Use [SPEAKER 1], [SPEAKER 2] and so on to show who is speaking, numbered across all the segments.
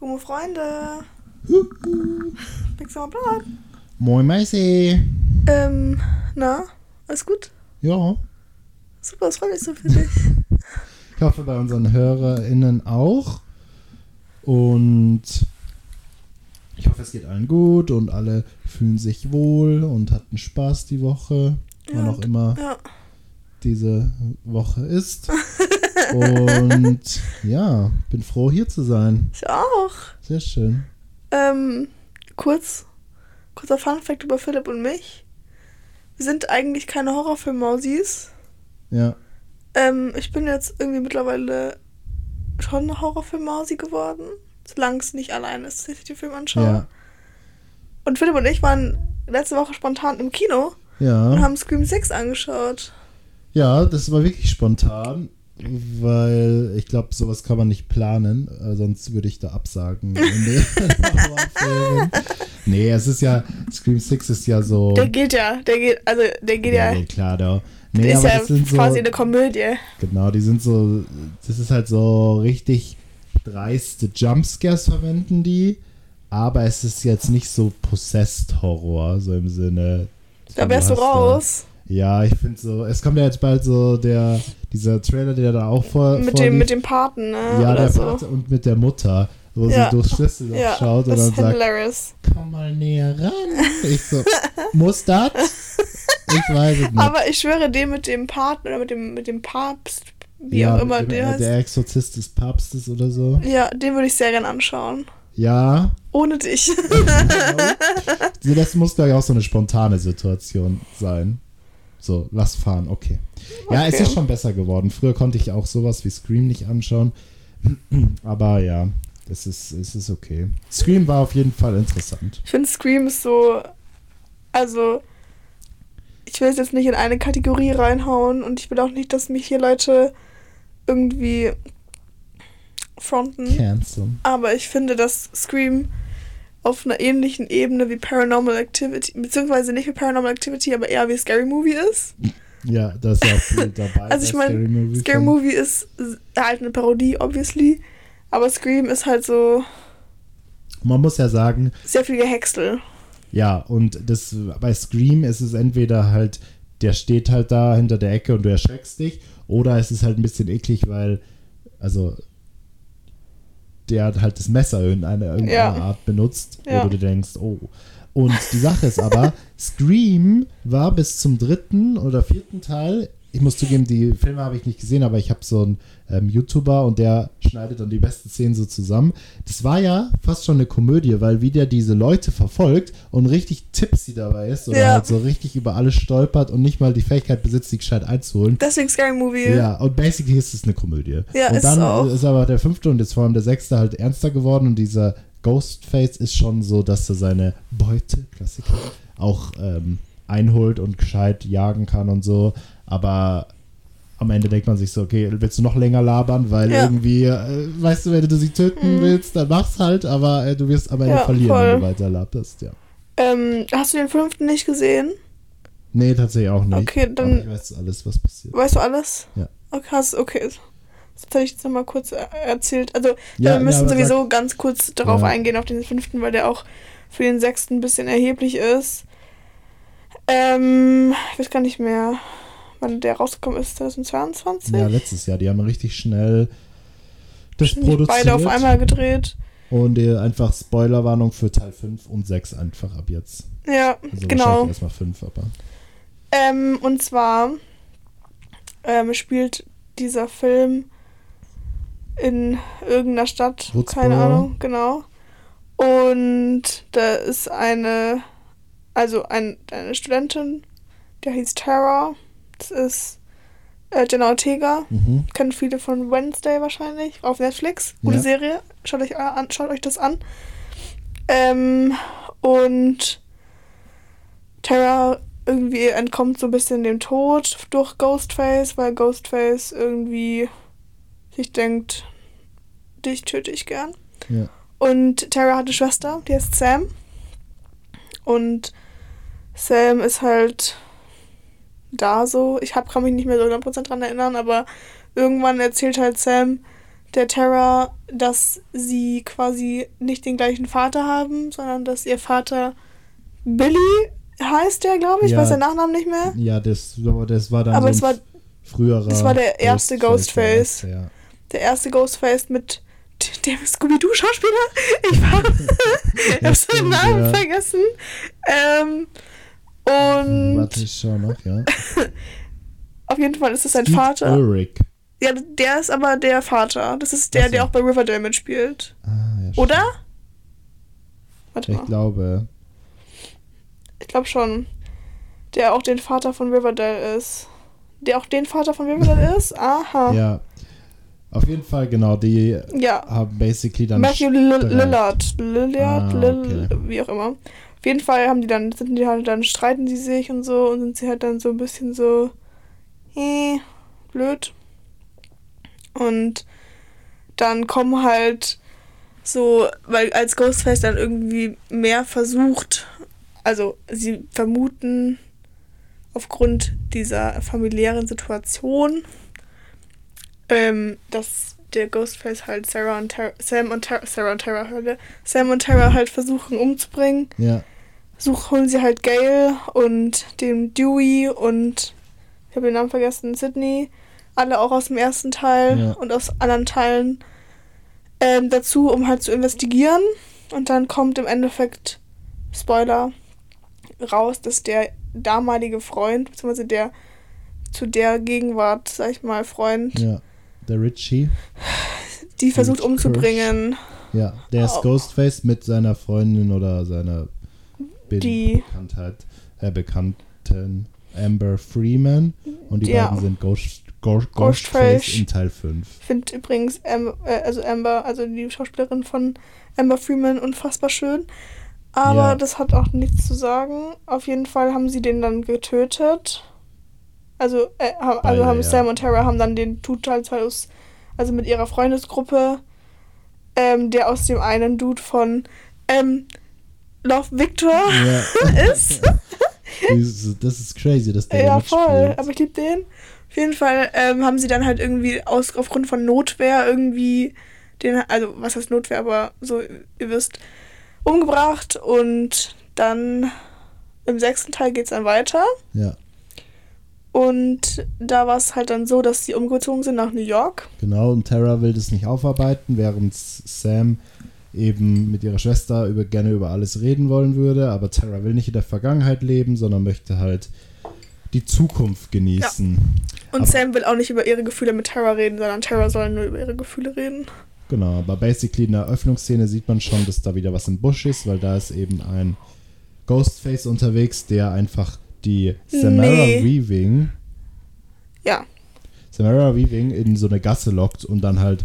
[SPEAKER 1] Hallo, Freunde. Pixel Blatt.
[SPEAKER 2] Moin Meiße.
[SPEAKER 1] Ähm, na, alles gut?
[SPEAKER 2] Ja,
[SPEAKER 1] Super, es freut mich so für dich.
[SPEAKER 2] ich hoffe bei unseren HörerInnen auch. Und ich hoffe, es geht allen gut und alle fühlen sich wohl und hatten Spaß die Woche, wann
[SPEAKER 1] Ja,
[SPEAKER 2] auch immer
[SPEAKER 1] Ja,
[SPEAKER 2] diese Woche ist. und ja, bin froh, hier zu sein.
[SPEAKER 1] ich auch.
[SPEAKER 2] Sehr schön.
[SPEAKER 1] Ähm, kurz, kurzer Funfact über Philipp und mich. Wir sind eigentlich keine Horrorfilm-Mausis.
[SPEAKER 2] Ja,
[SPEAKER 1] Ähm, ich bin jetzt irgendwie mittlerweile schon eine Horrorfilm-Mausi geworden. Solange es nicht alleine ist, dass ich den Film anschaue.
[SPEAKER 2] ja,
[SPEAKER 1] Und Philipp und ich waren letzte Woche spontan im Kino und
[SPEAKER 2] ja.
[SPEAKER 1] haben Scream 6 angeschaut.
[SPEAKER 2] Ja, das war wirklich spontan, weil ich glaube, sowas kann man nicht planen, äh, sonst würde ich da absagen. in den Horrorfilmen. nee, es ist ja, Scream 6 ist ja so.
[SPEAKER 1] Der geht ja, der geht, also der geht ja,
[SPEAKER 2] ja, nee, klar, da. Nee,
[SPEAKER 1] der ist
[SPEAKER 2] aber
[SPEAKER 1] ja
[SPEAKER 2] das sind so,
[SPEAKER 1] quasi eine Komödie.
[SPEAKER 2] Genau, die sind so, das ist halt so richtig dreiste Jumpscares verwenden die, aber es ist jetzt nicht so Possessed Horror, so im Sinne.
[SPEAKER 1] Da wärst du
[SPEAKER 2] hast da-
[SPEAKER 1] raus.
[SPEAKER 2] ja, ich finde so, es kommt ja jetzt bald so der, dieser Trailer, der da auch vor.
[SPEAKER 1] Mit
[SPEAKER 2] vorliegt.
[SPEAKER 1] dem, mit dem Paten, ne?
[SPEAKER 2] ja,
[SPEAKER 1] oder
[SPEAKER 2] der
[SPEAKER 1] so.
[SPEAKER 2] Vater und mit der Mutter, wo
[SPEAKER 1] Ja.
[SPEAKER 2] sie durchs Schlüsselloch
[SPEAKER 1] ja,
[SPEAKER 2] schaut und
[SPEAKER 1] das
[SPEAKER 2] dann
[SPEAKER 1] ist
[SPEAKER 2] sagt,
[SPEAKER 1] hilarious.
[SPEAKER 2] komm mal näher ran. Ich so, muss das? Ich weiß es nicht.
[SPEAKER 1] Aber ich schwöre, dem mit dem Paten oder mit dem, mit dem Papst, wie
[SPEAKER 2] ja,
[SPEAKER 1] auch immer
[SPEAKER 2] mit dem,
[SPEAKER 1] der heißt,
[SPEAKER 2] der Exorzist des Papstes oder so.
[SPEAKER 1] ja, den würde ich sehr gern anschauen.
[SPEAKER 2] Ja,
[SPEAKER 1] Ohne dich.
[SPEAKER 2] Genau. so, das muss, glaube ich, auch so eine spontane Situation sein. So, lass fahren, okay. Ja, es
[SPEAKER 1] Okay.
[SPEAKER 2] ist schon besser geworden. Früher konnte ich auch sowas wie Scream nicht anschauen. Aber ja, es ist, es ist okay. Scream war auf jeden Fall interessant.
[SPEAKER 1] ich finde, Scream ist so, also, ich will es jetzt nicht in eine Kategorie reinhauen und ich will auch nicht, dass mich hier Leute irgendwie fronten.
[SPEAKER 2] Cancel.
[SPEAKER 1] Aber ich finde, dass Scream auf einer ähnlichen Ebene wie Paranormal Activity, beziehungsweise nicht wie Paranormal Activity, aber eher wie Scary Movie ist.
[SPEAKER 2] Ja, da ist ja auch viel dabei.
[SPEAKER 1] Also ich
[SPEAKER 2] bei
[SPEAKER 1] meine,
[SPEAKER 2] Scary Movie.
[SPEAKER 1] Scary
[SPEAKER 2] von-
[SPEAKER 1] Movie ist halt eine Parodie, obviously. Aber Scream ist halt so
[SPEAKER 2] Man muss ja sagen,
[SPEAKER 1] sehr viel Gehäcksel.
[SPEAKER 2] ja, und das bei Scream ist es entweder halt, der steht halt da hinter der Ecke und du erschreckst dich, oder es ist halt ein bisschen eklig, weil, also, der hat halt das Messer in einer irgendeiner
[SPEAKER 1] Ja.
[SPEAKER 2] Art benutzt,
[SPEAKER 1] Ja.
[SPEAKER 2] wo du dir denkst, oh. Und die Sache ist aber, Scream war bis zum dritten oder vierten Teil, ich muss zugeben, die Filme habe ich nicht gesehen, aber ich habe so einen ähm, YouTuber und der schneidet dann die besten Szenen so zusammen. Das war ja fast schon eine Komödie, weil wie der diese Leute verfolgt und richtig tipsy dabei ist oder
[SPEAKER 1] Ja.
[SPEAKER 2] halt so richtig über alles stolpert und nicht mal die Fähigkeit besitzt, die gescheit einzuholen.
[SPEAKER 1] Deswegen Scary Movie.
[SPEAKER 2] Ja, und basically ist es eine Komödie.
[SPEAKER 1] Ja,
[SPEAKER 2] und
[SPEAKER 1] ist
[SPEAKER 2] dann
[SPEAKER 1] es auch.
[SPEAKER 2] ist aber der fünfte und jetzt vor allem der sechste halt ernster geworden und dieser Ghostface ist schon so, dass er seine Beute, Klassiker, auch ähm, einholt und gescheit jagen kann und so. Aber am Ende denkt man sich so, okay, willst du noch länger labern, weil
[SPEAKER 1] Ja. Mhm.
[SPEAKER 2] irgendwie, äh, weißt du, wenn du sie töten willst, dann mach's halt, aber äh, du wirst am Ende
[SPEAKER 1] Ja,
[SPEAKER 2] verlieren, wenn du
[SPEAKER 1] voll.
[SPEAKER 2] weiter laberst, ja.
[SPEAKER 1] Ähm, hast du den fünften nicht gesehen?
[SPEAKER 2] Nee, tatsächlich auch nicht.
[SPEAKER 1] Okay, dann-
[SPEAKER 2] aber ich weiß alles, was passiert.
[SPEAKER 1] Weißt du alles?
[SPEAKER 2] Ja.
[SPEAKER 1] Okay, hast, okay. Das hätte ich jetzt nochmal kurz er- erzählt. Also,
[SPEAKER 2] Ja,
[SPEAKER 1] wir
[SPEAKER 2] ja,
[SPEAKER 1] müssen
[SPEAKER 2] aber
[SPEAKER 1] sowieso ganz kurz darauf
[SPEAKER 2] Ja.
[SPEAKER 1] eingehen, auf den fünften, weil der auch für den sechsten ein bisschen erheblich ist. Ähm, ich weiß gar nicht mehr, wann der rausgekommen ist. 2022?
[SPEAKER 2] Ja, letztes Jahr. Die haben richtig schnell das
[SPEAKER 1] Sind die
[SPEAKER 2] produziert.
[SPEAKER 1] beide auf einmal gedreht.
[SPEAKER 2] Und äh, einfach Spoilerwarnung für Teil 5 und 6 einfach ab jetzt.
[SPEAKER 1] Ja,
[SPEAKER 2] Also
[SPEAKER 1] genau.
[SPEAKER 2] wahrscheinlich erstmal 5, aber.
[SPEAKER 1] Ähm, und zwar ähm, spielt dieser Film in irgendeiner Stadt,
[SPEAKER 2] Wurzbau.
[SPEAKER 1] keine Ahnung, genau. Und da ist eine, also ein, eine Studentin, die hieß Tara. Das ist äh, Jenna Ortega.
[SPEAKER 2] Mhm.
[SPEAKER 1] Kennen viele von Wednesday wahrscheinlich auf Netflix. Gute
[SPEAKER 2] Ja.
[SPEAKER 1] Serie. Schaut euch, äh, an, schaut euch das an. Ähm, und Tara irgendwie entkommt so ein bisschen dem Tod durch Ghostface, weil Ghostface irgendwie sich denkt, dich töte ich gern.
[SPEAKER 2] Ja.
[SPEAKER 1] Und Tara hat eine Schwester, die heißt Sam. Und Sam ist halt da so. Ich hab, kann mich nicht mehr so 100% dran erinnern, aber irgendwann erzählt halt Sam der Terra, dass sie quasi nicht den gleichen Vater haben, sondern dass ihr Vater Billy heißt der, glaube ich,
[SPEAKER 2] Ja.
[SPEAKER 1] weiß der Nachnamen nicht mehr.
[SPEAKER 2] Ja, das, das war dann
[SPEAKER 1] Aber
[SPEAKER 2] so
[SPEAKER 1] es
[SPEAKER 2] ein
[SPEAKER 1] war
[SPEAKER 2] früherer.
[SPEAKER 1] das war der erste Ghostface.
[SPEAKER 2] der erste,
[SPEAKER 1] der erste Ghostface mit dem Scooby-Doo-Schauspieler. Ich war- ich hab seinen
[SPEAKER 2] stimmt,
[SPEAKER 1] Namen
[SPEAKER 2] ja.
[SPEAKER 1] vergessen. Ähm,
[SPEAKER 2] ja.
[SPEAKER 1] und
[SPEAKER 2] Warte, ich schau noch, ja.
[SPEAKER 1] auf jeden Fall ist es sein
[SPEAKER 2] Pete
[SPEAKER 1] Vater.
[SPEAKER 2] Ulrich.
[SPEAKER 1] Ja, der ist aber der Vater. Das ist der,
[SPEAKER 2] oh. Ach so.
[SPEAKER 1] der auch bei Riverdale mitspielt.
[SPEAKER 2] Ah, ja,
[SPEAKER 1] Oder? Warte
[SPEAKER 2] stimmt.
[SPEAKER 1] mal.
[SPEAKER 2] Ich glaube.
[SPEAKER 1] Ich glaube schon. Der auch den Vater von Riverdale ist. Der auch den Vater von Riverdale ist? Aha. Ja.
[SPEAKER 2] Ja. Auf jeden Fall, genau, die haben basically dann.
[SPEAKER 1] Matthew Lill- Lillard. Lillard,
[SPEAKER 2] Ah,
[SPEAKER 1] Lill,
[SPEAKER 2] okay.
[SPEAKER 1] wie auch immer. Auf jeden Fall haben die dann, sind die halt, dann streiten sie sich und so und sind sie halt dann so ein bisschen so, äh, blöd. Und dann kommen halt so, weil als Ghostface dann irgendwie mehr versucht, also sie vermuten aufgrund dieser familiären Situation, ähm, dass der Ghostface halt Sarah und Ter Sam und Ter Sarah und Tara, hörte, Sam und Tara halt versuchen umzubringen.
[SPEAKER 2] Ja,
[SPEAKER 1] Such, holen sie halt Gail und den Dewey und ich habe den Namen vergessen, Sydney. Alle auch aus dem ersten Teil
[SPEAKER 2] Ja.
[SPEAKER 1] und aus anderen Teilen ähm, dazu, um halt zu investigieren. Und dann kommt im Endeffekt, Spoiler, raus, dass der damalige Freund, beziehungsweise der zu der Gegenwart, sag ich mal, Freund,
[SPEAKER 2] ja. Der Richie.
[SPEAKER 1] die versucht
[SPEAKER 2] Crush.
[SPEAKER 1] umzubringen,
[SPEAKER 2] Ja, der ist
[SPEAKER 1] Oh.
[SPEAKER 2] Ghostface mit seiner Freundin oder seiner Be
[SPEAKER 1] Die-
[SPEAKER 2] Bekanntheit, äh, Bekannten Amber Freeman. Und die
[SPEAKER 1] Ja.
[SPEAKER 2] beiden sind Ghost, Ghost,
[SPEAKER 1] Ghostface.
[SPEAKER 2] Ghostface in Teil 5.
[SPEAKER 1] Ich finde übrigens Am äh, also Amber, also die Schauspielerin von Amber Freeman unfassbar schön. Aber
[SPEAKER 2] Ja.
[SPEAKER 1] das hat auch nichts zu sagen. Auf jeden Fall haben sie den dann getötet. Also, äh, ha also
[SPEAKER 2] Beide,
[SPEAKER 1] haben
[SPEAKER 2] ja.
[SPEAKER 1] Sam und Tara haben dann den Tutal also mit ihrer Freundesgruppe, ähm, der aus dem einen Dude von ähm, Love Victor
[SPEAKER 2] Ja.
[SPEAKER 1] ist.
[SPEAKER 2] Dieses- das ist crazy, dass der da
[SPEAKER 1] Ja,
[SPEAKER 2] mitspielt.
[SPEAKER 1] voll. Aber ich liebe den. Auf jeden Fall ähm, haben sie dann halt irgendwie aus, aufgrund von Notwehr irgendwie den, also was heißt Notwehr, aber so, ihr wisst, umgebracht. Und dann im sechsten Teil geht's dann weiter.
[SPEAKER 2] Ja,
[SPEAKER 1] Und da war es halt dann so, dass sie umgezogen sind nach New York.
[SPEAKER 2] genau. Und Tara will das nicht aufarbeiten, während Sam eben mit ihrer Schwester über, gerne über alles reden wollen würde. Aber Tara will nicht in der Vergangenheit leben, sondern möchte halt die Zukunft genießen.
[SPEAKER 1] Und
[SPEAKER 2] Aber-
[SPEAKER 1] Sam will auch nicht über ihre Gefühle mit Tara reden, sondern Tara soll nur über ihre Gefühle reden.
[SPEAKER 2] Genau, aber basically in der Eröffnungsszene sieht man schon, dass da wieder was im Busch ist, weil da ist eben ein Ghostface unterwegs, der einfach die Samara
[SPEAKER 1] Nee.
[SPEAKER 2] Weaving,
[SPEAKER 1] Ja.
[SPEAKER 2] Samara Weaving in so eine Gasse lockt und dann halt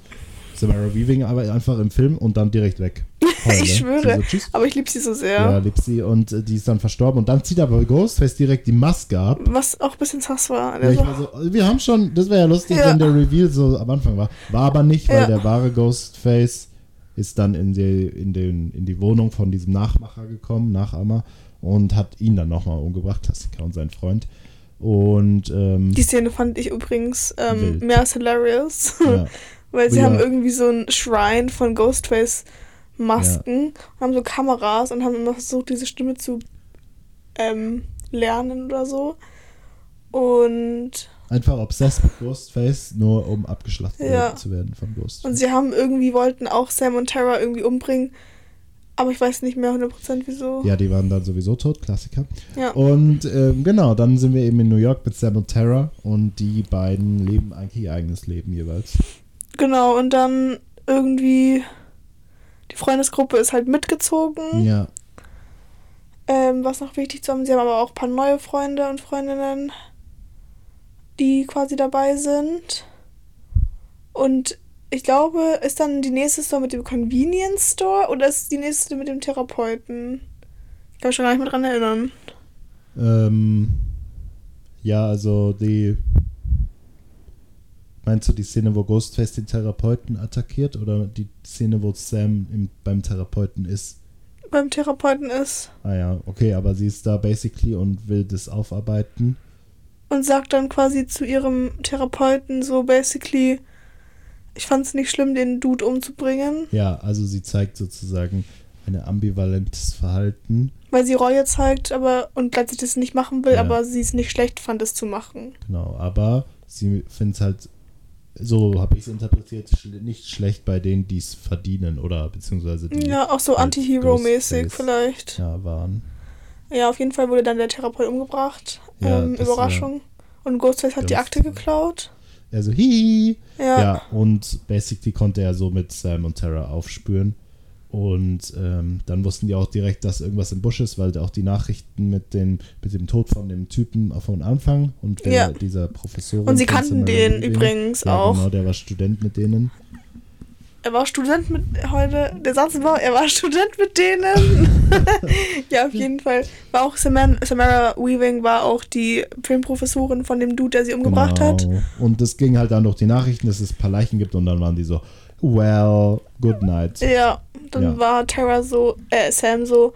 [SPEAKER 2] Samara Weaving aber einfach im Film und dann direkt weg. Heule.
[SPEAKER 1] Ich
[SPEAKER 2] Sie
[SPEAKER 1] schwöre.
[SPEAKER 2] So, tschüss.
[SPEAKER 1] Aber ich liebe sie so sehr.
[SPEAKER 2] Ja, Lipsi und äh, die ist dann verstorben und dann zieht aber Ghostface direkt die Maske ab.
[SPEAKER 1] Was auch ein bisschen sass war.
[SPEAKER 2] Ja, ich
[SPEAKER 1] Also-
[SPEAKER 2] war so, wir haben schon, das wäre ja lustig,
[SPEAKER 1] Ja.
[SPEAKER 2] wenn der Reveal so am Anfang war. War aber nicht, weil
[SPEAKER 1] Ja.
[SPEAKER 2] der wahre Ghostface ist dann in die, in, den, in die Wohnung von diesem Nachmacher gekommen, Nachahmer, und hat ihn dann nochmal umgebracht, Klassiker und sein Freund. Und ähm,
[SPEAKER 1] Die Szene fand ich übrigens ähm,
[SPEAKER 2] Wild.
[SPEAKER 1] mehr als hilarious,
[SPEAKER 2] ja,
[SPEAKER 1] weil sie
[SPEAKER 2] Ja.
[SPEAKER 1] haben irgendwie so ein Shrine von Ghostface-Masken und haben so Kameras und haben immer versucht, diese Stimme zu ähm, lernen oder so. Und,
[SPEAKER 2] einfach obsessed mit Ghostface, nur um abgeschlachtet
[SPEAKER 1] Ja.
[SPEAKER 2] zu werden von
[SPEAKER 1] und
[SPEAKER 2] Ghostface.
[SPEAKER 1] sie haben irgendwie, wollten auch Sam und Tara irgendwie umbringen, aber ich weiß nicht mehr 100% wieso.
[SPEAKER 2] Ja, die waren dann sowieso tot, Klassiker.
[SPEAKER 1] Ja.
[SPEAKER 2] Und ähm, genau, dann sind wir eben in New York mit Sam und Tara und die beiden leben eigentlich ihr eigenes Leben jeweils.
[SPEAKER 1] Genau, und dann irgendwie, die Freundesgruppe ist halt mitgezogen.
[SPEAKER 2] Ja,
[SPEAKER 1] Ähm, was noch wichtig zu haben, sie haben aber auch ein paar neue Freunde und Freundinnen, die quasi dabei sind. Und ich glaube, ist dann die nächste Store mit dem Convenience Store oder ist die nächste mit dem Therapeuten? Ich kann mich schon gar nicht mehr dran erinnern.
[SPEAKER 2] Ähm, ja, also die. Meinst du die Szene, wo Ghostface den Therapeuten attackiert oder die Szene, wo Sam im, beim Therapeuten ist?
[SPEAKER 1] Beim Therapeuten ist.
[SPEAKER 2] Ah ja, okay, aber sie ist da basically und will das aufarbeiten.
[SPEAKER 1] Und sagt dann quasi zu ihrem Therapeuten so basically, Ich fand es nicht schlimm, den Dude umzubringen,
[SPEAKER 2] Ja, also sie zeigt sozusagen ein ambivalentes Verhalten.
[SPEAKER 1] weil sie Reue zeigt aber und gleichzeitig das nicht machen will,
[SPEAKER 2] Ja.
[SPEAKER 1] aber sie es nicht schlecht fand, es zu machen.
[SPEAKER 2] Genau, aber sie findet es halt, so habe ich es interpretiert, schl- nicht schlecht bei denen, die es verdienen oder beziehungsweise die
[SPEAKER 1] Ja, auch so
[SPEAKER 2] Halt
[SPEAKER 1] Anti-Hero-mäßig
[SPEAKER 2] Ghostface.
[SPEAKER 1] vielleicht.
[SPEAKER 2] ja, waren.
[SPEAKER 1] Ja, auf jeden Fall wurde dann der Therapeut umgebracht.
[SPEAKER 2] Ja,
[SPEAKER 1] ähm,
[SPEAKER 2] das,
[SPEAKER 1] Überraschung. Und Ghostface hat die Akte
[SPEAKER 2] Ghostface.
[SPEAKER 1] geklaut.
[SPEAKER 2] Also hihi.
[SPEAKER 1] Ja.
[SPEAKER 2] Ja. und basically konnte er so mit Sam und Tara aufspüren. Und ähm, dann wussten die auch direkt, dass irgendwas im Busch ist, weil auch die Nachrichten mit, den, mit dem Tod von dem Typen von Anfang und der,
[SPEAKER 1] Ja.
[SPEAKER 2] dieser Professorin.
[SPEAKER 1] Und sie
[SPEAKER 2] von
[SPEAKER 1] kannten
[SPEAKER 2] Samarin
[SPEAKER 1] den übrigens
[SPEAKER 2] ja,
[SPEAKER 1] auch.
[SPEAKER 2] Genau, der war Student mit denen.
[SPEAKER 1] Er war Student mit heute. Der saß im Bau, er war Student mit denen. ja, auf jeden Fall. War auch Saman, Samara Weaving war auch die Filmprofessorin von dem Dude, der sie umgebracht hat.
[SPEAKER 2] Genau. Und das ging halt dann durch die Nachrichten, dass es ein paar Leichen gibt und dann waren die so, well, good night.
[SPEAKER 1] Ja, dann
[SPEAKER 2] Ja.
[SPEAKER 1] war Tara so, äh, Sam so,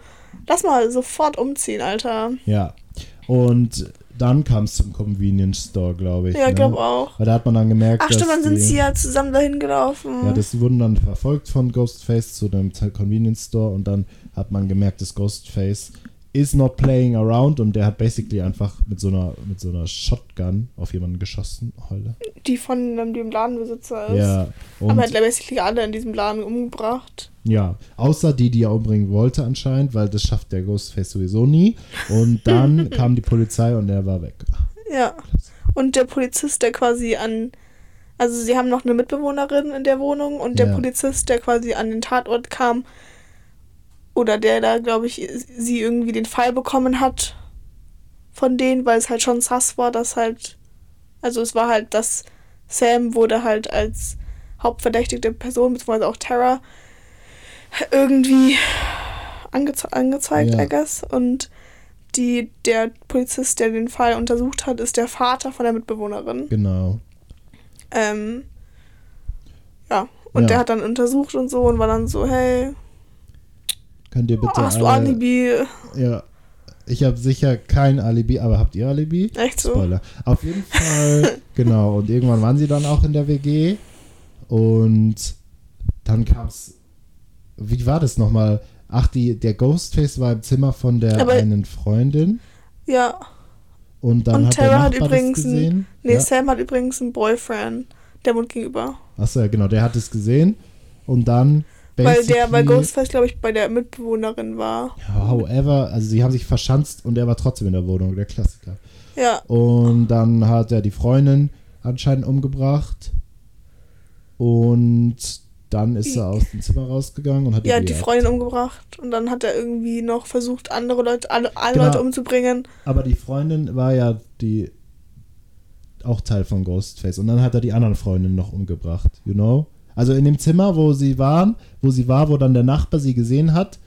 [SPEAKER 1] lass mal sofort umziehen, Alter.
[SPEAKER 2] Ja. Und dann kam es zum Convenience Store, glaube ich.
[SPEAKER 1] Ja,
[SPEAKER 2] ne?
[SPEAKER 1] glaub auch.
[SPEAKER 2] Weil da hat man dann gemerkt,
[SPEAKER 1] Ach
[SPEAKER 2] dass
[SPEAKER 1] stimmt, dann
[SPEAKER 2] die,
[SPEAKER 1] sind sie ja zusammen dahin gelaufen.
[SPEAKER 2] Ja, das die wurden dann verfolgt von Ghostface zu dem Te- Convenience Store und dann hat man gemerkt, dass Ghostface is not playing around und der hat basically einfach mit so einer, mit so einer Shotgun auf jemanden geschossen. Heule.
[SPEAKER 1] die von ähm, dem Ladenbesitzer ist.
[SPEAKER 2] Ja, und
[SPEAKER 1] Aber er hat basically alle in diesem Laden umgebracht.
[SPEAKER 2] ja, außer die, die er umbringen wollte anscheinend, weil das schafft der Ghostface sowieso nie. Und dann kam die Polizei und er war weg.
[SPEAKER 1] Ja. Und der Polizist, der quasi an. Also, sie haben noch eine Mitbewohnerin in der Wohnung und der
[SPEAKER 2] Ja.
[SPEAKER 1] Polizist, der quasi an den Tatort kam. Oder der da, glaube ich, sie irgendwie den Fall bekommen hat von denen, weil es halt schon sass war, dass halt. Also, es war halt, dass Sam wurde halt als hauptverdächtigte Person, beziehungsweise auch Tara, irgendwie angeze angezeigt,
[SPEAKER 2] Ja.
[SPEAKER 1] I guess. Und die, der Polizist, der den Fall untersucht hat, ist der Vater von der Mitbewohnerin.
[SPEAKER 2] Genau.
[SPEAKER 1] Ähm, ja, und
[SPEAKER 2] Ja.
[SPEAKER 1] der hat dann untersucht und so und war dann so, hey, oh,
[SPEAKER 2] Könnt ihr bitte
[SPEAKER 1] hast du
[SPEAKER 2] alle-
[SPEAKER 1] Alibi?
[SPEAKER 2] Ja, ich habe sicher kein Alibi, aber habt ihr Alibi?
[SPEAKER 1] Echt so?
[SPEAKER 2] Spoiler. Auf jeden Fall, genau. Und irgendwann waren sie dann auch in der WG und dann kam's. Wie war das nochmal? Ach, die, der Ghostface war im Zimmer von der
[SPEAKER 1] Aber-
[SPEAKER 2] einen Freundin
[SPEAKER 1] Ja.
[SPEAKER 2] und dann
[SPEAKER 1] Und
[SPEAKER 2] hat
[SPEAKER 1] Tara
[SPEAKER 2] der
[SPEAKER 1] hat
[SPEAKER 2] Nachbar
[SPEAKER 1] übrigens
[SPEAKER 2] das
[SPEAKER 1] ein-
[SPEAKER 2] gesehen.
[SPEAKER 1] Nee,
[SPEAKER 2] ja.
[SPEAKER 1] Sam hat übrigens einen Boyfriend, der wohnt gegenüber.
[SPEAKER 2] Achso, ja, genau, der hat es gesehen und dann.
[SPEAKER 1] Weil der bei
[SPEAKER 2] basically-
[SPEAKER 1] Ghostface, glaube ich, bei der Mitbewohnerin war.
[SPEAKER 2] However, also sie haben sich verschanzt und er war trotzdem in der Wohnung, der Klassiker.
[SPEAKER 1] Ja,
[SPEAKER 2] Und dann hat er die Freundin anscheinend umgebracht. Und dann ist er aus dem Zimmer rausgegangen und hat
[SPEAKER 1] ja, die
[SPEAKER 2] gejagt.
[SPEAKER 1] Freundin umgebracht. Und dann hat er irgendwie noch versucht, andere Leute, alle, alle
[SPEAKER 2] Genau.
[SPEAKER 1] Leute umzubringen.
[SPEAKER 2] Aber die Freundin war ja die auch Teil von Ghostface. Und dann hat er die anderen Freundinnen noch umgebracht, you know? Also in dem Zimmer, wo sie waren, wo sie war, wo dann der Nachbar sie gesehen hat,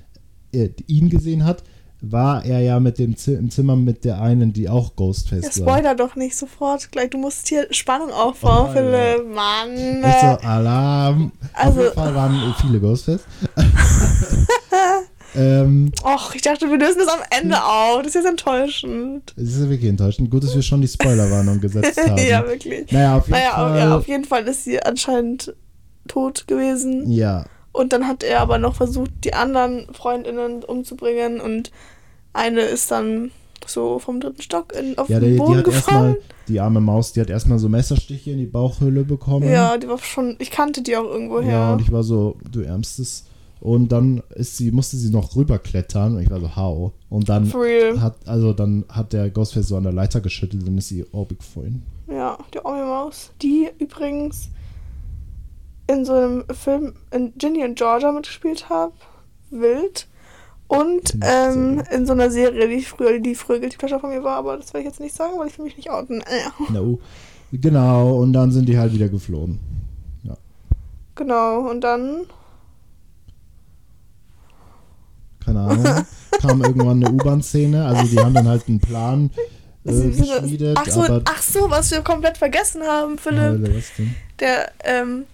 [SPEAKER 2] äh, ihn gesehen hat, war er ja mit dem Zi im Zimmer mit der einen, die auch
[SPEAKER 1] Ja,
[SPEAKER 2] Ghostface war.
[SPEAKER 1] spoiler doch nicht sofort gleich. Du musst hier Spannung aufbauen,
[SPEAKER 2] Oh nein.
[SPEAKER 1] Philipp. Mann.
[SPEAKER 2] Ich so, Alarm.
[SPEAKER 1] Also-
[SPEAKER 2] Auf jeden Fall waren viele Ghostface. ähm,
[SPEAKER 1] Och, ich dachte, wir lösen das am Ende
[SPEAKER 2] Hm.
[SPEAKER 1] auf. Das ist jetzt enttäuschend.
[SPEAKER 2] es ist wirklich enttäuschend. Gut, dass wir schon die Spoilerwarnung gesetzt haben.
[SPEAKER 1] ja, wirklich.
[SPEAKER 2] Naja, auf jeden
[SPEAKER 1] Naja,
[SPEAKER 2] Fall.
[SPEAKER 1] au- ja, auf jeden Fall ist sie anscheinend tot gewesen.
[SPEAKER 2] ja,
[SPEAKER 1] Und dann hat er aber noch versucht, die anderen Freundinnen umzubringen. Und eine ist dann so vom dritten Stock in, auf
[SPEAKER 2] ja die,
[SPEAKER 1] den
[SPEAKER 2] die
[SPEAKER 1] Boden
[SPEAKER 2] hat erstmal,
[SPEAKER 1] gefallen.
[SPEAKER 2] die arme Maus, die hat erstmal so Messerstiche in die Bauchhöhle bekommen.
[SPEAKER 1] Ja, die war schon. Ich kannte die auch irgendwoher.
[SPEAKER 2] Mhm. Ja, und ich war so, du ärmstes. Und dann ist sie, musste sie noch rüberklettern und ich war so, how? Und dann
[SPEAKER 1] For real.
[SPEAKER 2] hat, also dann hat der Ghostface so an der Leiter geschüttelt und ist sie orbig vorhin.
[SPEAKER 1] Ja, die arme Maus. Die übrigens in so einem Film in Ginny und Georgia mitgespielt hat. Wild. Und
[SPEAKER 2] Nicht
[SPEAKER 1] ähm,
[SPEAKER 2] so.
[SPEAKER 1] in so einer Serie, die ich früher, die früher Guilty Pleasure von mir war, aber das will ich jetzt nicht sagen, weil ich will mich nicht outen. Äh,
[SPEAKER 2] Na, oh. Genau, und dann sind die halt wieder geflohen.
[SPEAKER 1] Genau, und dann.
[SPEAKER 2] Keine Ahnung. Kam irgendwann eine U-Bahn-Szene, also die haben dann halt einen Plan äh, geschmiedet.
[SPEAKER 1] ach, so,
[SPEAKER 2] aber
[SPEAKER 1] ach so, was wir komplett vergessen haben, Philipp.
[SPEAKER 2] Alter, was denn?
[SPEAKER 1] der ähm,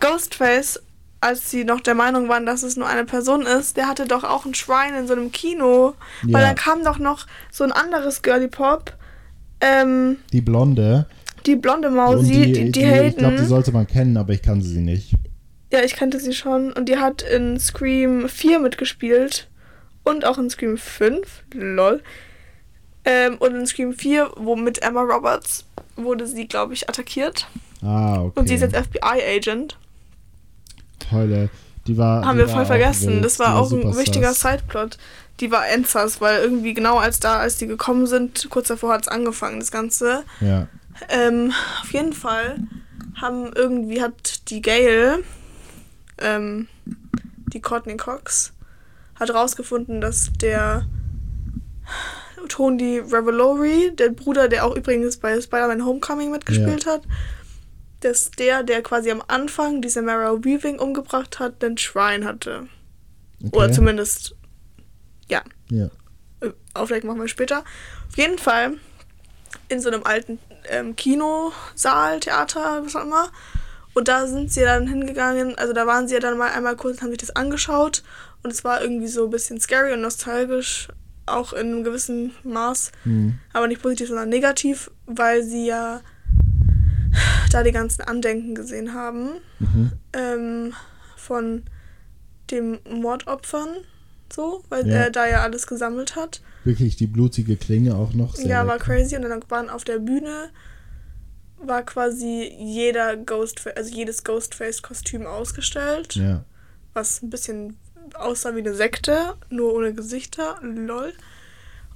[SPEAKER 1] Ghostface, als sie noch der Meinung waren, dass es nur eine Person ist, der hatte doch auch ein Schwein in so einem Kino. Weil
[SPEAKER 2] Ja.
[SPEAKER 1] dann kam doch noch so ein anderes Girly Pop. Ähm,
[SPEAKER 2] Die Blonde.
[SPEAKER 1] Die blonde
[SPEAKER 2] Und
[SPEAKER 1] Mausi, Oh, die, hm? die,
[SPEAKER 2] ich glaube, die
[SPEAKER 1] haten.
[SPEAKER 2] sollte man kennen, aber ich kannte sie nicht.
[SPEAKER 1] Ja, ich kannte sie schon. Und die hat in Scream 4 mitgespielt. Und auch in Scream 5. Lol. Ähm, und in Scream 4, wo mit Emma Roberts wurde sie, glaube ich, attackiert.
[SPEAKER 2] Ah, okay.
[SPEAKER 1] Und sie ist jetzt FBI-Agent.
[SPEAKER 2] Tolle. Die war.
[SPEAKER 1] Haben
[SPEAKER 2] die
[SPEAKER 1] wir voll
[SPEAKER 2] war auch
[SPEAKER 1] vergessen.
[SPEAKER 2] wild.
[SPEAKER 1] Das
[SPEAKER 2] Die
[SPEAKER 1] war auch
[SPEAKER 2] super
[SPEAKER 1] ein wichtiger
[SPEAKER 2] sass.
[SPEAKER 1] Sideplot. Die war Endsas, weil irgendwie genau als da, als die gekommen sind, kurz davor hat es angefangen, das Ganze.
[SPEAKER 2] Ja.
[SPEAKER 1] Ähm, auf jeden Fall haben irgendwie hat die Gail, ähm, die Courtney Cox, hat rausgefunden, dass der Tony Revolori, der Bruder, der auch übrigens bei Spider-Man Homecoming mitgespielt hat, dass der, der quasi am Anfang diese Mara Weaving umgebracht hat, den Shrine hatte.
[SPEAKER 2] Okay.
[SPEAKER 1] Oder zumindest, ja,
[SPEAKER 2] Ja.
[SPEAKER 1] äh, Aufleck machen wir später. Auf jeden Fall in so einem alten ähm, Kinosaal, Theater, was auch immer. Und da sind sie ja dann hingegangen, also da waren sie ja dann mal einmal kurz und haben sich das angeschaut. Und es war irgendwie so ein bisschen scary und nostalgisch, auch in einem gewissen Maß.
[SPEAKER 2] Hm.
[SPEAKER 1] Aber nicht positiv, sondern negativ, weil sie ja da die ganzen Andenken gesehen haben
[SPEAKER 2] Mhm.
[SPEAKER 1] ähm, von dem Mordopfern, so, weil
[SPEAKER 2] Ja.
[SPEAKER 1] er da ja alles gesammelt hat.
[SPEAKER 2] Wirklich die blutige Klinge auch noch. Sehr
[SPEAKER 1] Ja, war
[SPEAKER 2] lecker.
[SPEAKER 1] crazy. Und dann waren auf der Bühne war quasi jeder Ghostface, also jedes Ghostface-Kostüm ausgestellt,
[SPEAKER 2] Ja.
[SPEAKER 1] was ein bisschen aussah wie eine Sekte, nur ohne Gesichter, lol.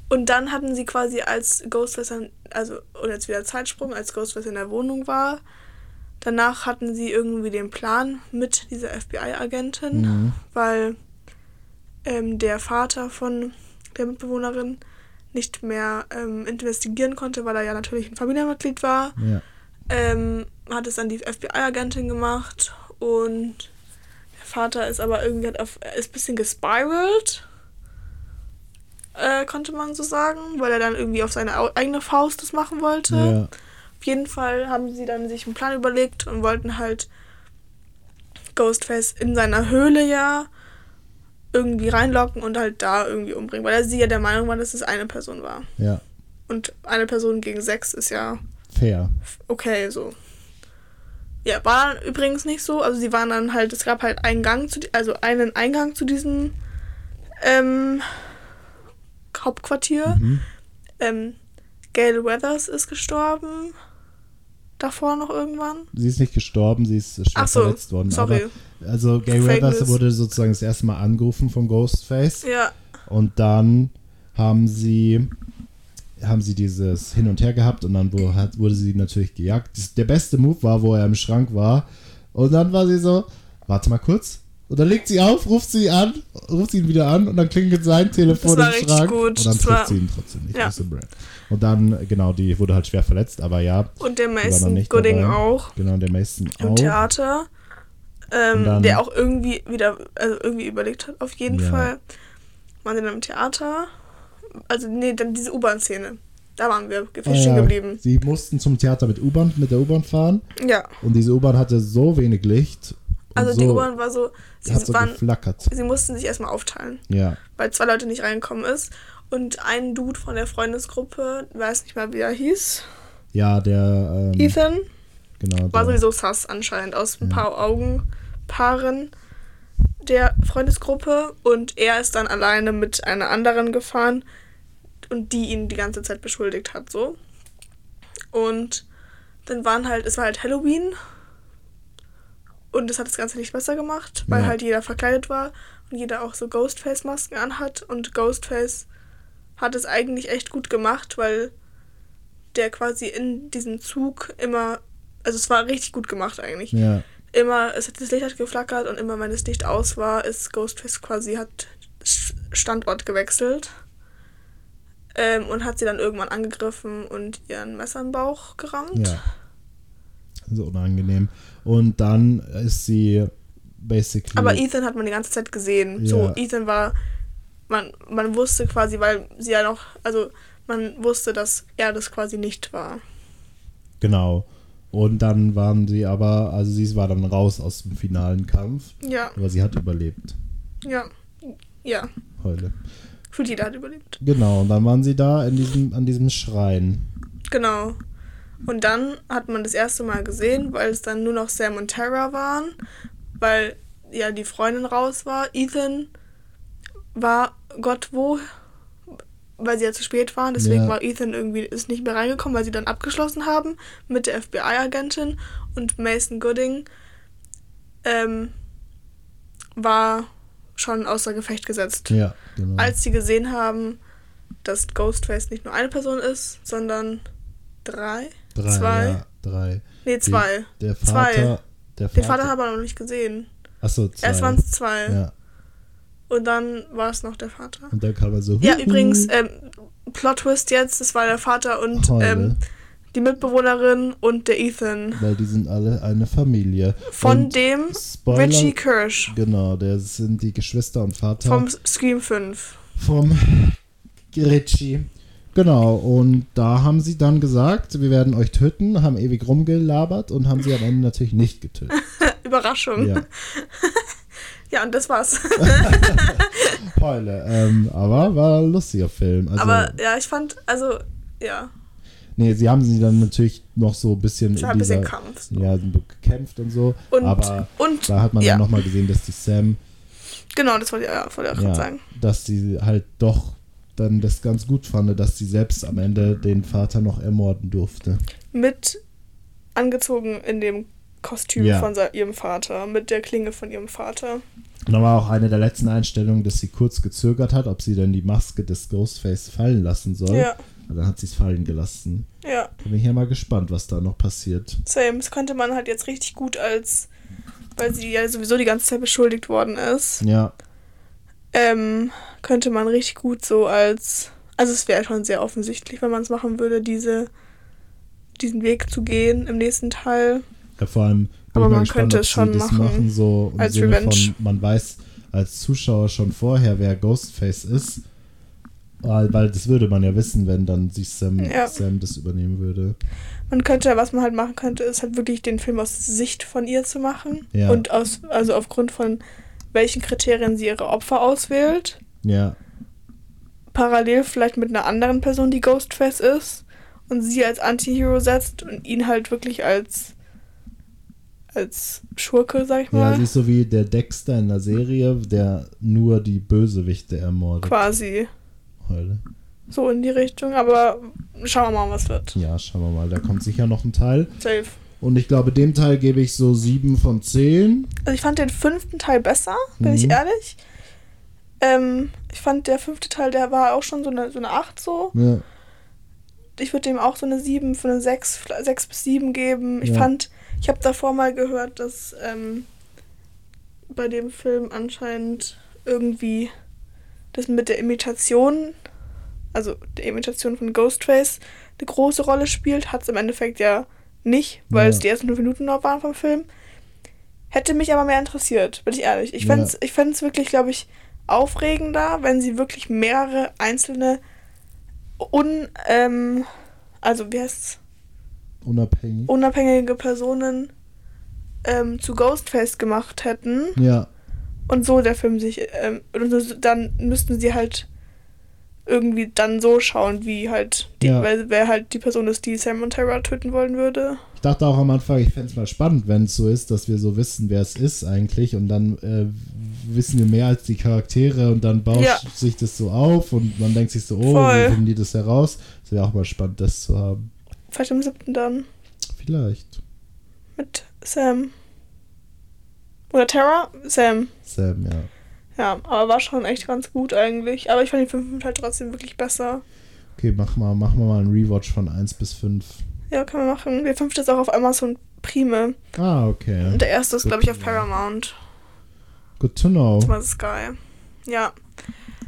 [SPEAKER 1] Und dann hatten sie quasi als Ghostface, an- also und jetzt wieder Zeitsprung, als Ghostface in der Wohnung war. Danach hatten sie irgendwie den Plan mit dieser FBI-Agentin,
[SPEAKER 2] Mhm.
[SPEAKER 1] weil ähm, der Vater von der Mitbewohnerin nicht mehr ähm, investigieren konnte, weil er ja natürlich ein Familienmitglied war,
[SPEAKER 2] Ja.
[SPEAKER 1] ähm, hat es an die FBI-Agentin gemacht und der Vater ist aber irgendwie hat auf, ist ein bisschen gespiralt, äh, konnte man so sagen, weil er dann irgendwie auf seine au- eigene Faust das machen wollte.
[SPEAKER 2] Ja.
[SPEAKER 1] Auf jeden Fall haben sie dann sich einen Plan überlegt und wollten halt Ghostface in seiner Höhle ja irgendwie reinlocken und halt da irgendwie umbringen, weil er sie ja der Meinung war, dass es eine Person war.
[SPEAKER 2] Ja.
[SPEAKER 1] Und eine Person gegen sechs ist ja
[SPEAKER 2] Fair.
[SPEAKER 1] okay, so. Ja, war dann übrigens nicht so. Also sie waren dann halt, es gab halt einen Gang zu, di- also einen Eingang zu diesem ähm, Hauptquartier.
[SPEAKER 2] Mhm.
[SPEAKER 1] Ähm, Gail Weathers ist gestorben. Davor noch irgendwann.
[SPEAKER 2] Sie ist nicht gestorben, sie ist schwer
[SPEAKER 1] Ach so,
[SPEAKER 2] verletzt worden.
[SPEAKER 1] sorry.
[SPEAKER 2] Aber, also Gay
[SPEAKER 1] Fake
[SPEAKER 2] Weathers
[SPEAKER 1] News.
[SPEAKER 2] wurde sozusagen das erste Mal angerufen vom Ghostface.
[SPEAKER 1] Ja,
[SPEAKER 2] Und dann haben sie haben sie dieses hin und her gehabt und dann wo- hat- wurde sie natürlich gejagt. Das- Der beste Move war, wo er im Schrank war. Und dann war sie so, warte mal kurz. Und dann legt sie auf, ruft sie an, ruft ihn wieder an und dann klingelt sein Telefon
[SPEAKER 1] Das war
[SPEAKER 2] im
[SPEAKER 1] richtig
[SPEAKER 2] Schrank.
[SPEAKER 1] gut.
[SPEAKER 2] Und dann
[SPEAKER 1] Das
[SPEAKER 2] trifft
[SPEAKER 1] war-
[SPEAKER 2] sie ihn trotzdem nicht.
[SPEAKER 1] Ja.
[SPEAKER 2] Das ist Brad. Und dann, genau, die wurde halt schwer verletzt, aber ja.
[SPEAKER 1] und der
[SPEAKER 2] die war noch
[SPEAKER 1] Mason
[SPEAKER 2] nicht
[SPEAKER 1] Gooding
[SPEAKER 2] dabei.
[SPEAKER 1] auch
[SPEAKER 2] Genau, der Mason
[SPEAKER 1] im
[SPEAKER 2] auch.
[SPEAKER 1] Theater.
[SPEAKER 2] Und
[SPEAKER 1] Ähm,
[SPEAKER 2] dann-
[SPEAKER 1] der auch irgendwie wieder, also irgendwie überlegt hat, auf jeden
[SPEAKER 2] Ja.
[SPEAKER 1] Fall. Waren sie dann im Theater? Also, nee, dann diese U-Bahn-Szene. Da waren wir
[SPEAKER 2] Ah
[SPEAKER 1] stehen
[SPEAKER 2] ja,
[SPEAKER 1] geblieben.
[SPEAKER 2] Sie mussten zum Theater mit U-Bahn, mit der U-Bahn fahren
[SPEAKER 1] Ja,
[SPEAKER 2] und diese U-Bahn hatte so wenig Licht. und
[SPEAKER 1] also
[SPEAKER 2] so,
[SPEAKER 1] die U-Bahn war so, sie,
[SPEAKER 2] hat so
[SPEAKER 1] waren,
[SPEAKER 2] geflackert.
[SPEAKER 1] sie mussten sich erstmal aufteilen.
[SPEAKER 2] Ja,
[SPEAKER 1] weil zwei Leute nicht reingekommen ist. Und ein Dude von der Freundesgruppe, weiß nicht mal, wie er hieß,
[SPEAKER 2] ja, der ähm,
[SPEAKER 1] Ethan,
[SPEAKER 2] genau.
[SPEAKER 1] war
[SPEAKER 2] der,
[SPEAKER 1] sowieso sass anscheinend aus ein paar Augenpaaren der Freundesgruppe. Und er ist dann alleine mit einer anderen gefahren und die ihn die ganze Zeit beschuldigt hat, so. Und dann waren halt, es war halt Halloween und das hat das Ganze nicht besser gemacht, weil
[SPEAKER 2] Ja.
[SPEAKER 1] halt jeder verkleidet war und jeder auch so Ghostface-Masken anhat und Ghostface hat es eigentlich echt gut gemacht, weil der quasi in diesem Zug immer, also es war richtig gut gemacht eigentlich.
[SPEAKER 2] ja,
[SPEAKER 1] Immer, es hat, das Licht hat geflackert und immer wenn das Licht aus war, ist Ghostface quasi, hat S- Standort gewechselt ähm, und hat sie dann irgendwann angegriffen und ihr ein Messer im Bauch gerammt.
[SPEAKER 2] ja. So unangenehm. Und dann ist sie basically.
[SPEAKER 1] Aber Ethan hat man die ganze Zeit gesehen. So,
[SPEAKER 2] Ja.
[SPEAKER 1] Ethan war, man, man wusste quasi, weil sie ja noch, also man wusste, dass er das quasi nicht war.
[SPEAKER 2] genau. Und dann waren sie aber, also sie war dann raus aus dem finalen Kampf,
[SPEAKER 1] Ja,
[SPEAKER 2] aber sie hat überlebt.
[SPEAKER 1] ja, ja.
[SPEAKER 2] Heule.
[SPEAKER 1] Für die hat überlebt.
[SPEAKER 2] Genau, und dann waren sie da in diesem, an diesem Schrein.
[SPEAKER 1] Genau. Und dann hat man das erste Mal gesehen, weil es dann nur noch Sam und Tara waren, weil ja die Freundin raus war. Ethan war Gott wo, weil sie ja zu spät waren. Deswegen
[SPEAKER 2] Ja.
[SPEAKER 1] war Ethan irgendwie ist nicht mehr reingekommen, weil sie dann abgeschlossen haben mit der FBI-Agentin und Mason Gooding ähm, war schon außer Gefecht gesetzt
[SPEAKER 2] Ja, genau.
[SPEAKER 1] als sie gesehen haben, dass Ghostface nicht nur eine Person ist, sondern drei?
[SPEAKER 2] drei,
[SPEAKER 1] zwei.
[SPEAKER 2] Ja, drei.
[SPEAKER 1] Nee, zwei.
[SPEAKER 2] Der
[SPEAKER 1] Zwei.
[SPEAKER 2] Vater. Der Vater.
[SPEAKER 1] Den Vater haben wir noch nicht gesehen.
[SPEAKER 2] Achso, zwei.
[SPEAKER 1] Erst waren es zwei.
[SPEAKER 2] ja.
[SPEAKER 1] Und dann war es noch der Vater.
[SPEAKER 2] Und dann kam er so.
[SPEAKER 1] Ja,
[SPEAKER 2] huhu.
[SPEAKER 1] übrigens, ähm, Plot Twist jetzt, das war der Vater und
[SPEAKER 2] Heule.
[SPEAKER 1] ähm, die Mitbewohnerin und der Ethan.
[SPEAKER 2] Weil die sind alle eine Familie.
[SPEAKER 1] Von
[SPEAKER 2] und
[SPEAKER 1] dem
[SPEAKER 2] Spoiler,
[SPEAKER 1] Richie Kirsch
[SPEAKER 2] Genau, der sind die Geschwister und Vater
[SPEAKER 1] vom Scream 5.
[SPEAKER 2] vom Richie. Genau, und da haben sie dann gesagt, wir werden euch töten, haben ewig rumgelabert und haben sie am Ende natürlich nicht getötet.
[SPEAKER 1] Überraschung. Ja.
[SPEAKER 2] Ja, Also
[SPEAKER 1] und das war's.
[SPEAKER 2] Heule. Ähm, aber war ein lustiger Film. Also,
[SPEAKER 1] Aber ja, ich fand, also, ja,
[SPEAKER 2] nee, sie haben sie dann natürlich noch so ein bisschen.
[SPEAKER 1] es
[SPEAKER 2] in
[SPEAKER 1] war ein bisschen
[SPEAKER 2] dieser-
[SPEAKER 1] Kampf.
[SPEAKER 2] Ja, so gekämpft und so.
[SPEAKER 1] Und,
[SPEAKER 2] aber
[SPEAKER 1] und
[SPEAKER 2] da hat man
[SPEAKER 1] ja.
[SPEAKER 2] dann nochmal gesehen, dass die Sam,
[SPEAKER 1] Genau, das wollte ich, ja, wollte ich auch gerade
[SPEAKER 2] ja,
[SPEAKER 1] sagen.
[SPEAKER 2] dass sie halt doch dann das ganz gut fand, dass sie selbst am Ende den Vater noch ermorden durfte.
[SPEAKER 1] Mit angezogen in dem Kostüm
[SPEAKER 2] Ja.
[SPEAKER 1] von se- ihrem Vater, mit der Klinge von ihrem Vater.
[SPEAKER 2] Und dann war auch eine der letzten Einstellungen, dass sie kurz gezögert hat, ob sie denn die Maske des Ghostface fallen lassen soll.
[SPEAKER 1] Ja,
[SPEAKER 2] Und dann hat sie es fallen gelassen.
[SPEAKER 1] ja,
[SPEAKER 2] Da bin ich ja mal gespannt, was da noch passiert.
[SPEAKER 1] same. Das könnte man halt jetzt richtig gut als, weil sie ja sowieso die ganze Zeit beschuldigt worden ist,
[SPEAKER 2] Ja,
[SPEAKER 1] ähm, könnte man richtig gut so als, also es wäre schon sehr offensichtlich, wenn man es machen würde, diese, diesen Weg zu gehen im nächsten Teil.
[SPEAKER 2] ja vor allem bin
[SPEAKER 1] Aber
[SPEAKER 2] ich mal
[SPEAKER 1] man
[SPEAKER 2] gespannt,
[SPEAKER 1] könnte
[SPEAKER 2] ob
[SPEAKER 1] es
[SPEAKER 2] sie
[SPEAKER 1] schon
[SPEAKER 2] das
[SPEAKER 1] machen.
[SPEAKER 2] machen so im
[SPEAKER 1] Als
[SPEAKER 2] Sinne
[SPEAKER 1] Revenge.
[SPEAKER 2] von, man weiß als Zuschauer schon vorher, wer Ghostface ist. Weil weil das würde man ja wissen, wenn dann sich Sam,
[SPEAKER 1] Ja.
[SPEAKER 2] Sam das übernehmen würde.
[SPEAKER 1] Man könnte, was man halt machen könnte, ist halt wirklich den Film aus Sicht von ihr zu machen.
[SPEAKER 2] Ja.
[SPEAKER 1] Und aus, also aufgrund von welchen Kriterien sie ihre Opfer auswählt.
[SPEAKER 2] Ja,
[SPEAKER 1] Parallel vielleicht mit einer anderen Person, die Ghostface ist. Und sie als Anti-Hero setzt und ihn halt wirklich als, als Schurke, sag ich
[SPEAKER 2] ja
[SPEAKER 1] mal.
[SPEAKER 2] sie ist so wie der Dexter in der Serie, der nur die Bösewichte ermordet.
[SPEAKER 1] quasi.
[SPEAKER 2] Heule.
[SPEAKER 1] So in die Richtung. Aber schauen wir mal, was wird.
[SPEAKER 2] Ja, schauen wir mal, da kommt sicher noch ein Teil.
[SPEAKER 1] Safe.
[SPEAKER 2] Und ich glaube, dem Teil gebe ich so 7 von 10.
[SPEAKER 1] Also ich fand den fünften Teil besser, bin ich
[SPEAKER 2] Mhm.
[SPEAKER 1] ehrlich. Ähm, ich fand der fünfte Teil, der war auch schon so eine, so eine 8 so.
[SPEAKER 2] Ja,
[SPEAKER 1] Ich würde dem auch so eine 7 von eine 6, 6 bis 7 geben. Ich
[SPEAKER 2] Ja.
[SPEAKER 1] fand, ich habe davor mal gehört, dass ähm, bei dem Film anscheinend irgendwie das mit der Imitation, also der Imitation von Ghostface, eine große Rolle spielt. Hat es im Endeffekt ja nicht, weil
[SPEAKER 2] Ja.
[SPEAKER 1] es die ersten fünf Minuten noch waren vom Film. Hätte mich aber mehr interessiert, bin ich ehrlich. Ich
[SPEAKER 2] Ja.
[SPEAKER 1] fänd's, ich fänd's wirklich, glaube ich, aufregender, wenn sie wirklich mehrere einzelne un, ähm, also wie heißt's,
[SPEAKER 2] unabhängig.
[SPEAKER 1] unabhängige Personen ähm, zu Ghostface gemacht hätten
[SPEAKER 2] Ja,
[SPEAKER 1] und so der Film sich, ähm, und so- dann müssten sie halt irgendwie dann so schauen, wie halt, die,
[SPEAKER 2] Ja.
[SPEAKER 1] weil, wer halt die Person ist, die Sam und Tara töten wollen würde.
[SPEAKER 2] ich dachte auch am Anfang, ich fände es mal spannend, wenn es so ist, dass wir so wissen, wer es ist eigentlich. Und dann äh, wissen wir mehr als die Charaktere und dann baut
[SPEAKER 1] Ja.
[SPEAKER 2] sich das so auf und man denkt sich so, oh,
[SPEAKER 1] Voll.
[SPEAKER 2] wie finden die das heraus? Es wäre auch mal spannend, das zu haben.
[SPEAKER 1] Vielleicht am siebten dann
[SPEAKER 2] Vielleicht.
[SPEAKER 1] mit Sam. Oder Tara? Sam.
[SPEAKER 2] Sam, ja.
[SPEAKER 1] Ja, aber war schon echt ganz gut eigentlich. Aber ich fand den fünften Teil trotzdem wirklich besser.
[SPEAKER 2] Okay, machen wir machen wir mal einen Rewatch von 1 bis 5.
[SPEAKER 1] Ja, kann man machen. Der fünfte ist auch auf Amazon Prime.
[SPEAKER 2] Ah, okay.
[SPEAKER 1] Und der erste ist, glaube ich, auf
[SPEAKER 2] Ja. Oh.
[SPEAKER 1] Paramount.
[SPEAKER 2] Good to know.
[SPEAKER 1] Das war Sky. Ja.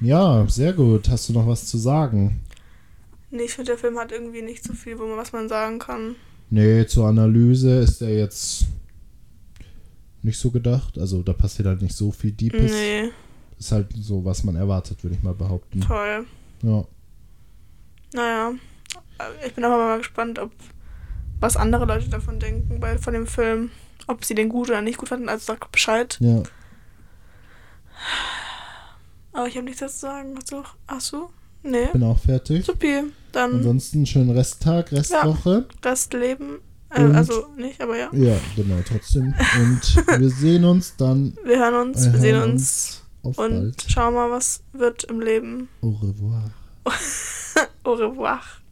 [SPEAKER 2] Ja, sehr gut. Hast du noch was zu sagen?
[SPEAKER 1] Nee, ich finde, der Film hat irgendwie nicht so viel, wo man, was man sagen kann.
[SPEAKER 2] Nee, zur Analyse ist er jetzt nicht so gedacht. Also da passiert halt nicht so viel Deepes.
[SPEAKER 1] Nee,
[SPEAKER 2] Ist halt so, was man erwartet, würde ich mal behaupten.
[SPEAKER 1] toll.
[SPEAKER 2] Ja.
[SPEAKER 1] Naja. Aber Ich bin auch mal gespannt, ob was andere Leute davon denken, weil von dem Film, ob sie den gut oder nicht gut fanden. Also sag Bescheid.
[SPEAKER 2] ja.
[SPEAKER 1] Aber ich habe nichts dazu zu sagen. Hast du? Hast du? Nee.
[SPEAKER 2] Bin auch fertig.
[SPEAKER 1] Supi. Dann
[SPEAKER 2] Ansonsten schönen Resttag, Restwoche.
[SPEAKER 1] Restleben. Äh,
[SPEAKER 2] Und-
[SPEAKER 1] also nicht, aber ja.
[SPEAKER 2] Ja, genau, trotzdem. Und wir sehen uns dann
[SPEAKER 1] Wir hören uns,
[SPEAKER 2] Wir
[SPEAKER 1] wir,
[SPEAKER 2] hören
[SPEAKER 1] sehen uns
[SPEAKER 2] auf
[SPEAKER 1] und
[SPEAKER 2] bald.
[SPEAKER 1] schauen mal, was wird im Leben.
[SPEAKER 2] Au revoir.
[SPEAKER 1] Au revoir.